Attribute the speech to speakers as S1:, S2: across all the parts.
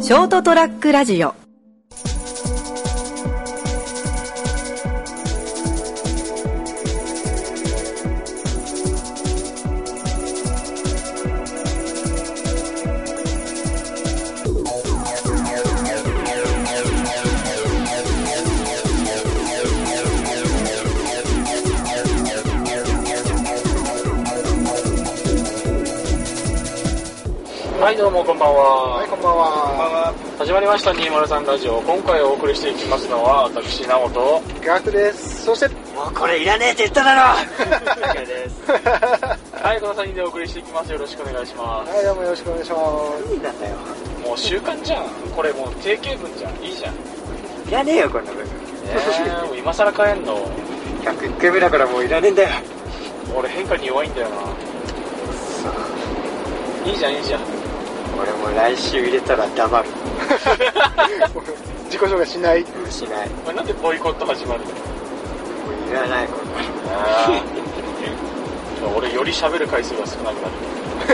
S1: ショートトラックラジオ
S2: はいどうもこんばんは、
S3: はい、こんばんは。
S2: 始まりました203ラジオ今回お送りしていきますのは私直人と
S3: ガクです。そして、
S4: もうこれいらねえって言った だろ中井です
S2: はいこの3人でお送りしていきますよろしくお願いしま
S3: はい、どうもよろしくお願いします。
S4: 何なんだよ
S2: すもう習慣じゃんこれもう定型文じゃんいいじゃんね
S4: いらねえよこんな部分
S2: えもう今更変えんの
S4: 101回目だからもういらねえんだよ
S2: 俺変化に弱いんだよないいじゃんい いじゃん
S4: 俺も来週入れたら黙る
S3: 自己紹介しない。
S4: うんしないも
S2: これなんでボイコット始まるの
S4: ういらないこんなの
S2: ああ俺より喋る回数が少な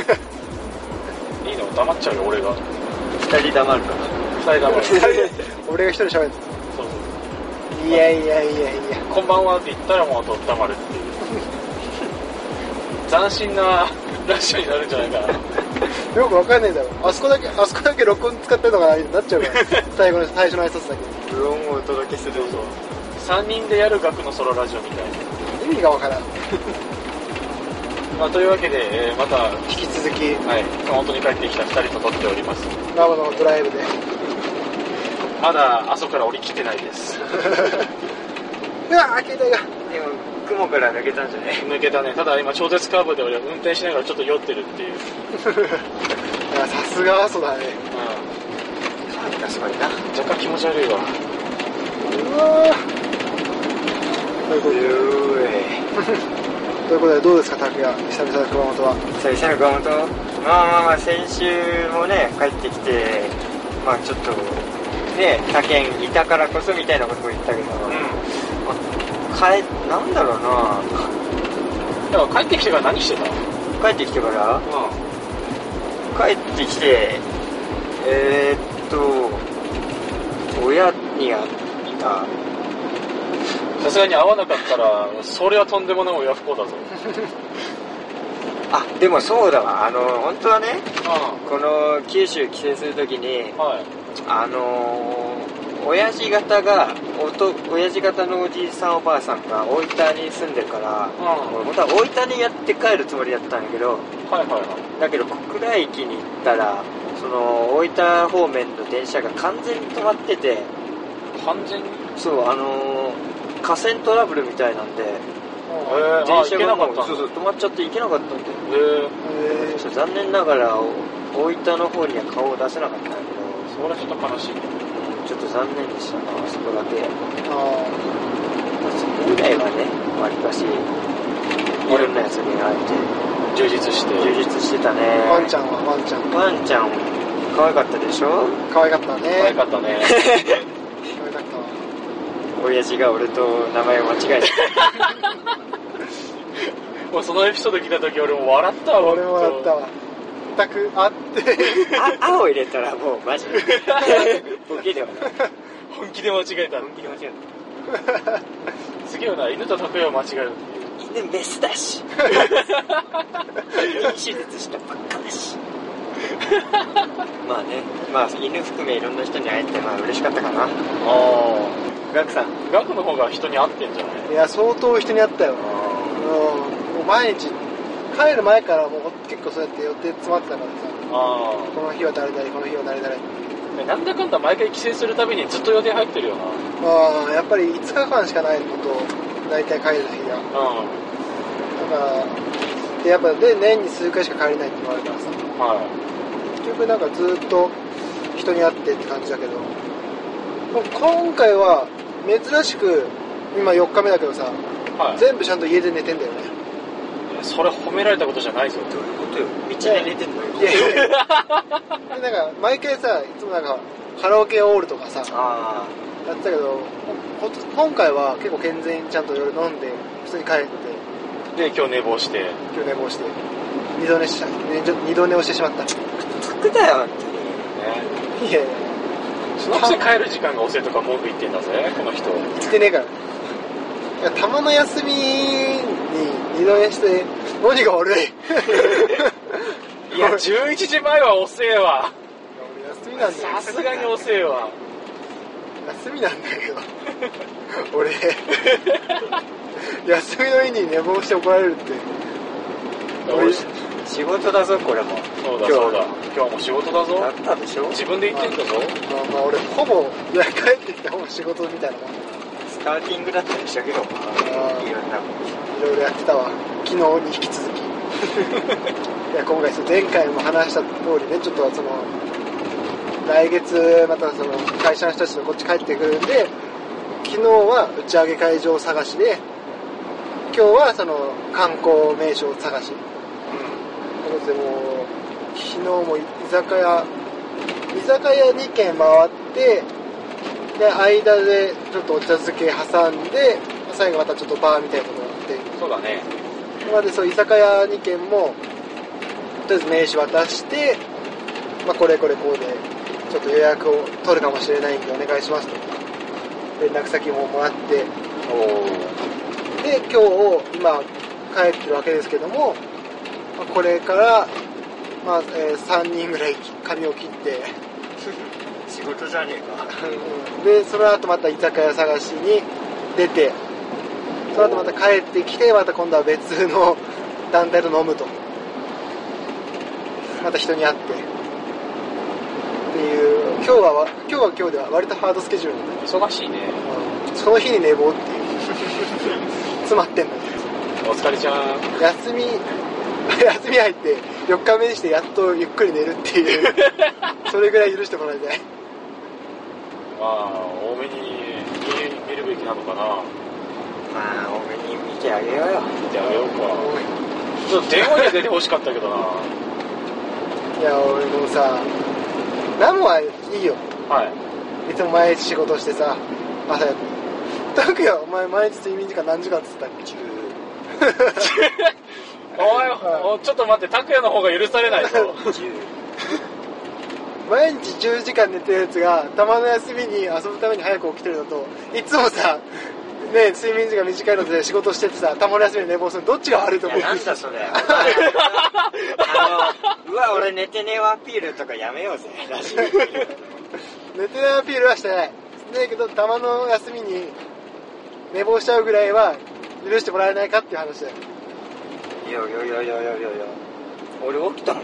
S2: くな るいいの黙っちゃうよ俺が
S4: 二人黙るか
S2: 二人 黙るそう
S3: 俺が一人喋る。
S2: そう
S3: いやいやいやいや。
S2: こんばんはって言ったらもうとったまるっていう斬新なラジオになるんじゃないかな
S3: よくわかんないんだろ。あそこだけ、あそこだけ録音使ってるのかななっちゃう から。最後の、最初の挨拶だけ。
S4: ら無音をお届けするぞ
S2: 3人でやる額のソロラジオみたいな、
S3: 意味がわからん。
S2: まあ、というわけで、えーまた、は
S3: 引き続き、
S2: い、熊本に帰ってきた2人と撮っております
S3: 生のドライブで。
S2: まだ阿蘇から降りきてないです
S3: うわ、携帯が。
S4: でも雲から抜けたんじゃね
S2: 抜けたねただ今超絶カーブで俺は運転しながらちょっと酔ってるっていう、
S3: いやさすが阿蘇だね。
S2: う、
S4: 確かになん
S2: 若干気持ち悪いわ
S3: うわーということで、
S4: う
S3: ということでどうですか、拓也。久々の熊本は。
S4: え最初の熊本まあまあまあ先週もね帰ってきてまあちょっとね他県いたからこそみたいなことも言ったけど、
S2: う
S4: 帰なんだろうな
S2: だから帰ってきてから何してた
S4: 帰ってきてから
S2: う
S4: 帰ってきてえー、っと親に会った
S2: んさすがに会わなかったらそれはとんでもない親不孝だぞ
S4: あでもそうだわあの本当はね
S2: う
S4: この九州帰省するときに
S2: んはい
S4: あのー親父方がおと親父方のおじいさんおばあさんが大分に住んでるから
S2: うん
S4: 俺本当は大分にやって帰るつもりだったんだけど
S2: はいはいはい
S4: だけど小倉駅に行ったらその大分方面の電車が完全に止まってて
S2: 完全に、
S4: そうあのー、河川トラブルみたいなんで
S2: えー、あ行けなかったんだ
S4: そうそう止まっちゃって行けなかったんで
S2: えー、
S3: え
S4: ちょっと残念ながらお大分の方には顔を出せなかったんだけど
S2: それはちょっと悲しいね
S4: ちょっと残念でしたなあそこだけ、
S3: ー、あ
S4: まあ、そこ以外はねわりかしいろんなやつに会
S2: 充実して
S4: えて充実してたね
S3: ーワンちゃんはワンちゃん。
S4: ワンちゃん可愛かったでしょ
S3: 可愛かった
S2: 可愛
S3: ね。
S2: かった ね
S3: 可愛かったわ。
S4: 親父が俺と名前を間違えて
S2: もうそのエピソード聞いた時俺も笑ったわ
S3: 俺もだったわ。全くあって。
S4: あ青入れたらもうマジ ボケではない
S2: 本気で間違えた
S4: 本気で間違え
S2: すげえよな犬と拓哉を間違えるっていう
S4: た犬メスだし手術したばっかだしまあねまあ犬含めいろんな人に会えてまあ嬉しかったかな
S2: あ
S4: ガクさん
S2: あガクの方が人に合ってんじゃない
S3: いや、相当人に会ったよ。うん、もう毎日、帰る前からもう結構そうやって予定詰まってたからさ、
S2: あ
S3: この日は誰々、この日は誰々。
S2: あなんだかんだ毎回帰省するたびにずっと予定入ってるよなうん
S3: ああ、やっぱり5日間しかないことを、大体帰る日が。だから、で、やっぱで、年に数回しか帰れないって言われたからさ、
S2: は
S3: 結局なんかずっと人に会ってって感じだけど、もう今回は珍しく、今4日目だけどさ、
S2: いはい
S3: 全部ちゃんと家で寝てんだよね。
S2: それ褒められたことじゃないぞ
S4: どういうことよ道で寝てんの
S3: いやいやいやでなんか毎回さ、いつもなんかカラオケオールとかさ、
S4: あ
S3: やってたけど、ほんと今回は結構健全にちゃんと夜飲んで、普通に帰って、
S2: で今日寝坊して
S3: 今日寝坊して、二度寝しちゃ、ね、二度寝をしてしまった。い
S4: あ得だよ本
S2: ね
S3: やいや、
S2: そのくせ帰る時間が遅いとか文句言ってんだぜこの人
S3: 来てねえから。いや、たまの休みに二度寝して、何が悪い
S2: いや11時前は遅えわ
S3: 俺休みなんだよ。
S2: さすがに遅えわ
S3: 休みなんだけど。俺、休みの日に寝坊して怒られるって。
S2: 俺
S3: 俺
S2: そ
S4: 仕事だぞこれも
S2: うだそうだ今日も仕事だ
S4: だ
S2: ぞ
S4: ったでしょ
S2: 自分で言ってんだぞ
S3: まあまあ俺、ほぼ、いや、帰ってきたほぼ仕事みたいなもん。い
S4: スターティングだったでしょけど
S3: あー
S4: いろんなもん
S3: ろいろやってたわ。昨日に引き続き。いや、今回、そう前回も話した通りね、ちょっとその、来月、またその、会社の人たちとこっち帰ってくるんで、昨日は打ち上げ会場探しで、今日はその、観光名所探し。なのでもう、昨日も居酒屋、居酒屋2軒回って、で、間でちょっとお茶漬け挟んで、最後またちょっとバーみたいなところがあって、
S2: そうだね
S3: まあでそう居酒屋2軒もとりあえず名刺渡して、まあ、これこれこうでちょっと予約を取るかもしれないんでお願いしますと連絡先ももらって
S2: おお
S3: で今日今帰ってるわけですけども、まあこれから、まあえ3人ぐらい髪を切って、
S4: 仕事じゃねえか
S3: でその後また居酒屋探しに出てその後また帰ってきてまた今度は別の 団体と飲むとまた人に会ってっていう今日はわ今日は今日では割とハードスケジュールなんだよ
S2: 忙しいね
S3: その日に寝坊っていう 詰まってんの
S2: お疲れちゃん
S3: 休み 休み入って4日目にしてやっとゆっくり寝るっていうそれぐらい許してもらいたい
S2: まあ多めに見るべきなのかな
S4: まあ多めに見てあげようよ
S2: 見てあげようかちょっと電話には出てほしかったけどな
S3: いや俺もうさラムはいいよ
S2: はい
S3: つも毎日仕事してさ朝やって拓也お前毎日睡眠時間何時間っつったっけ
S2: いおいおちょっと待って拓也の方が許されない ぞ
S3: 毎日10時間寝てるやつがたまの休みに遊ぶために早く起きてるのといつもさね睡眠時間短いので仕事しててさたまの休みに寝坊するのどっちが悪いと思う
S4: いやなんだ それあのうわ俺寝てねえわアピールとかやめよ うぜ
S3: 寝てないアピールはしてないだけどたまの休みに寝坊しちゃうぐらいは許してもらえないかっていう話だよ
S4: いやいやいやいやいやいやいや俺起きたの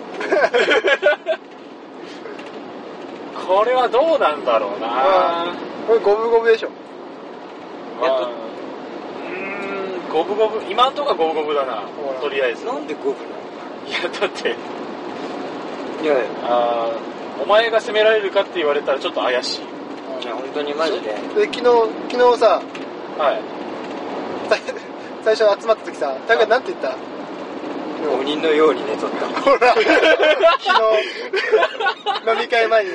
S2: これはどうなんだろうな
S3: これ五分五分でしょ
S2: まあうーん五分五分今んとこは五分五分だな
S3: ほら
S2: とりあえずい
S4: なんで5分なの
S2: やだって
S4: いや
S2: あーお前が責められるかって言われたらちょっと怪しい
S4: いや本当にマジで
S3: で昨日昨日さ
S2: はい
S3: さ最初集まった時さタカなんて言った
S4: 鬼のように寝とった
S3: ほら昨日飲み会前に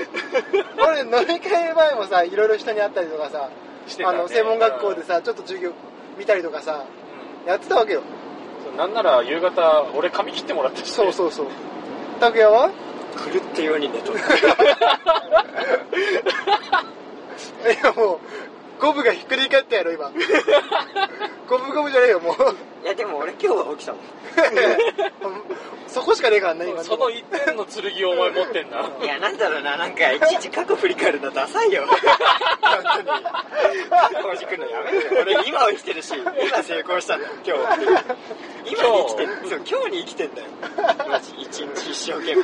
S3: 俺飲み会前もさいろいろ人に会ったりとかさ、
S2: してた
S3: あ
S2: ね
S3: の専門学校でさちょっと授業見たりとかさやってたわけよ
S2: そうなんなら夕方俺髪切ってもらったしね
S3: そうそうそう拓也は
S4: 狂ったように寝とった
S3: いやもう五分がひっくり返ったやろ 今五分五分じゃねえ よもう
S4: いやでも俺今日は起きたも
S3: そこしかねえからね今
S2: そ
S3: の
S2: その一点の剣をお前持ってんな
S4: んいやなんだろうななんかいちいち過去振り返るのダサ いよ本当に過去を引くのやめろよ俺今を生きてるし今成功したんだよ今日今に生きてるそう今日に生きてんだよマジ一日一生懸命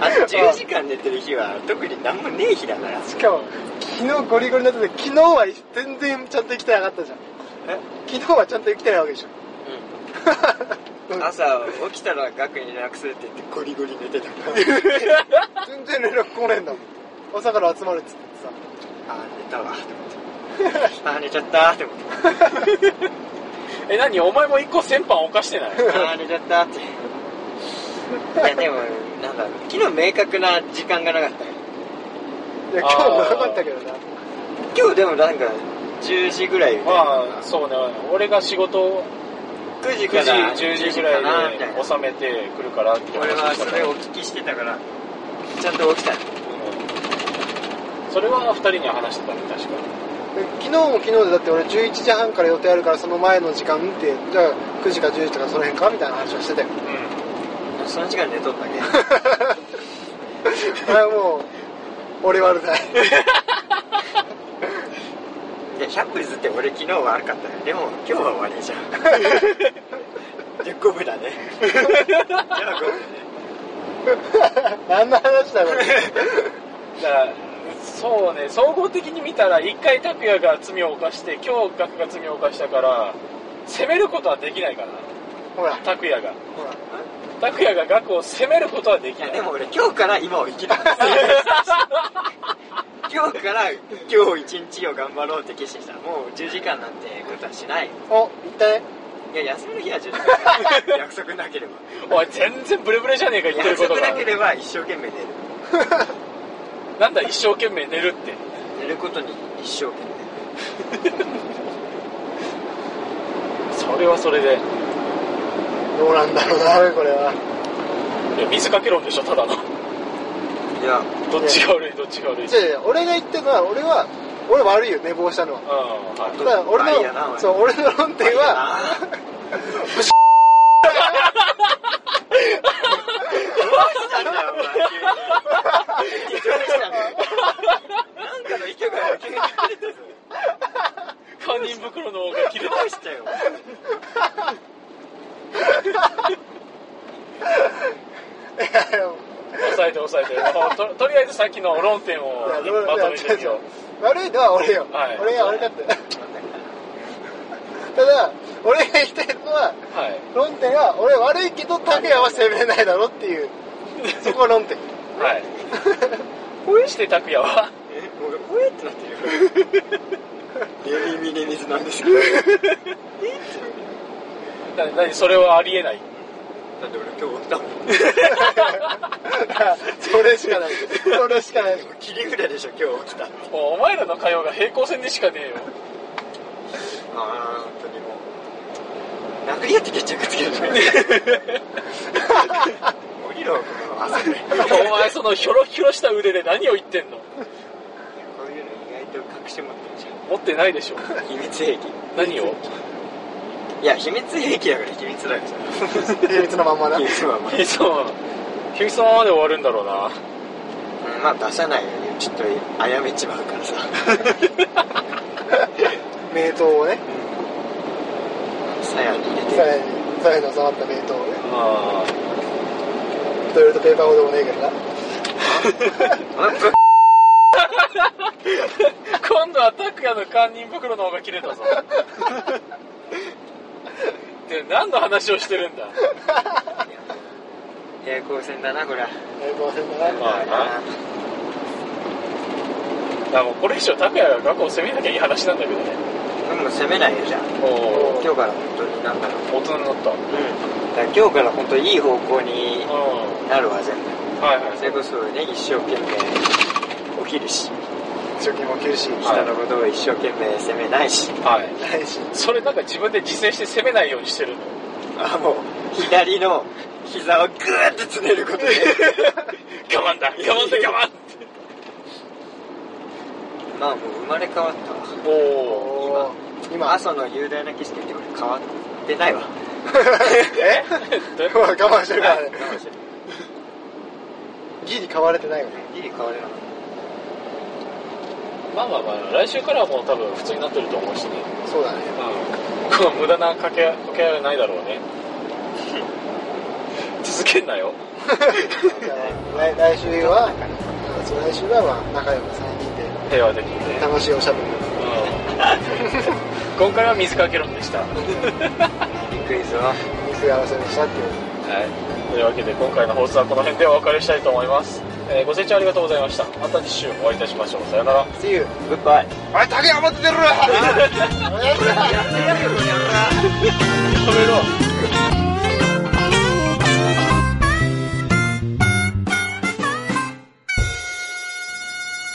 S4: あと10時間寝てる日は特に何もねえ日だから
S3: しかも昨日ゴリゴリになってて昨日は全然ちゃんと生きてなかったじゃん
S4: え
S3: 昨日はちゃんと生きてないわけでしょ
S4: うん朝起きたら額に連絡するって言ってゴリゴリ寝て たから
S3: 全然連絡来ねえんだもん朝から集まるっつってさ
S4: あー寝たわ って思ってあー寝ちゃったって思って
S2: え何お前も一個先般犯してない
S4: あー寝ちゃったっていやでもなんだろう昨日明確な時間がなかったよ
S3: いや今日もなかったけどな
S4: 今日でもなんか10時ぐらいみたいな
S2: まあそうね俺が仕事を
S4: 9時か
S2: 9時
S4: ら
S2: 10時ぐら
S4: かないみ
S2: で
S4: たいな
S2: 収めてくるからって
S4: 俺は
S2: 話をした
S4: そ
S2: か
S4: れ
S2: ら
S4: をお聞きしてたからちゃんと起きた
S2: うそれは2人には話してたね確か
S3: 昨日も昨日でだって俺11時半から予定あるからその前の時間ってじゃあ9時か10時とかその辺かみたいな話をしてたよ
S4: その時間寝と ったね
S3: あれはもう俺悪だ
S4: いや100歩譲って俺昨日は悪かったよでも今日は悪いじゃ ん10個分だ ねじゃあ5分だね
S3: 何の話だこれ
S2: うんだからそうね総合的に見たら1回拓也が罪を犯して今日岳が罪を犯したから責めることはできないかな
S3: ほら
S2: 拓也が
S3: ほら
S2: 拓也が岳を責めることはでき
S4: い
S2: な
S4: や
S2: い
S4: でも俺今日から今を生 きる今日から今日一日を頑張ろうって決心したもう10時間なんてことはしない
S3: お行ったね
S4: いや休みの日は10時間約束な けれ ば
S2: おい全然ブレブレじゃねえか言ってる
S4: 約
S2: こと
S4: 束
S2: が
S4: なければ一生懸命寝る
S2: なんだ一生懸命寝るって
S4: 寝ることに一生懸命
S2: それはそれで
S3: どうなんだろうなこれはい
S2: や水かけ論でしょただの
S4: いや
S2: どっちが悪いどっちが悪い
S3: じゃあ俺が言ってるのは俺は俺悪いよ寝坊したのは
S2: うんはい
S3: ただ俺
S4: バイヤーなお
S3: の
S4: 前
S3: そう俺の論点は
S4: どうしたんだよお前急 にどうしたんだよなんかの意見が急に切れてる
S2: 堪忍袋の方が切れ
S4: ど
S2: た
S4: うしたよ
S3: いや
S2: 抑えて抑えてもうととりあえずさっきの論点を
S3: いやどう
S2: まとめ
S3: い
S2: て
S3: や
S2: みよう
S3: 悪いのは俺よ、
S2: はい
S3: 俺が悪かった よただ俺が言いたいのは
S2: はい
S3: 論点は俺悪いけど拓也は責めれないだろっていうそこが論点
S2: はいこうして拓也は
S4: えもうこうやってなって るよ寝耳寝水なんですけど
S2: な何それはありえない
S4: なんで俺今日終わったもん
S3: それしかないそれしか ない
S4: 霧降れでしょ今日起きたあ
S2: もうお前らの会話が平行線でしかねえよ
S4: あ本当にもう殴り合って決着つける 降りろこの汗でこ
S2: お前そのひょろひょろした腕で何を言ってんの
S4: ういうの意外と隠して持ってるじ
S2: 持ってないでしょ
S4: ゃん秘密兵器
S2: 何を
S4: いや秘密兵器だから秘密だよ
S3: 秘密のまんまだ
S4: 秘密はまあ
S2: ヒュソンヒュソンまで終わるんだろうな
S4: うんまあ出さないようにちょっとあやめちまうから さ
S3: 名刀をね
S4: さやに入れて
S3: さらにさらに収まった名刀をね
S2: あ
S3: トイレットペーパーほどもねえけどな
S4: あぶっ
S2: あ 今度は拓也の堪忍袋の方が切れたぞで何の話をしてるんだ
S4: 平行線だなこれは
S3: だいぶ忘れたな
S2: まあなあもうこれ以上拓也が学校を責めなきゃいい話なんだけどね
S4: でも攻めないよじゃあ
S2: おお
S4: 今日から本当になんだろう
S2: 大人になった
S4: だから今日から本当にいい方向に
S2: う
S4: なるわ全部
S2: んはいは
S4: それこそね一生懸命起きるし
S3: 初期も休止
S2: はい
S4: 人のことを一生懸命責めないし
S2: いはい
S3: ないし
S2: それなんか自分で自制して攻めないようにしてるの
S4: あもう左の膝をグーッとつねる ことで
S2: 我慢だ我慢だ我慢
S4: まあもう生まれ変わったわ
S2: おお
S3: おー今
S4: 阿蘇の雄大な景色見て俺変わってないわ
S3: え我慢してるからね
S4: 我慢してる
S3: ギリ買われてないよね
S4: ギリ変われなかった
S2: まあまあまあ来週からはもう多分普通になってると思うしね
S3: そうだね
S2: うんこの無駄な掛け掛け合いはないだろうね続けんなよ
S3: じゃあ来来週はそう来週はまあ仲良く3人で
S2: 平和的にね、
S3: 楽しいおしゃべり
S2: うん今回は水かけ論でした
S4: びっくりするわ
S3: を水合わせにしたっていう
S2: はい、というわけで今回の放送はこの辺でお別れしたいと思います、えーご清聴ありがとうございましたまた次週お会いいたしましょうさよなら
S3: See you
S4: グッバイ
S3: おい竹余ってるわ
S2: 止めろ
S1: ー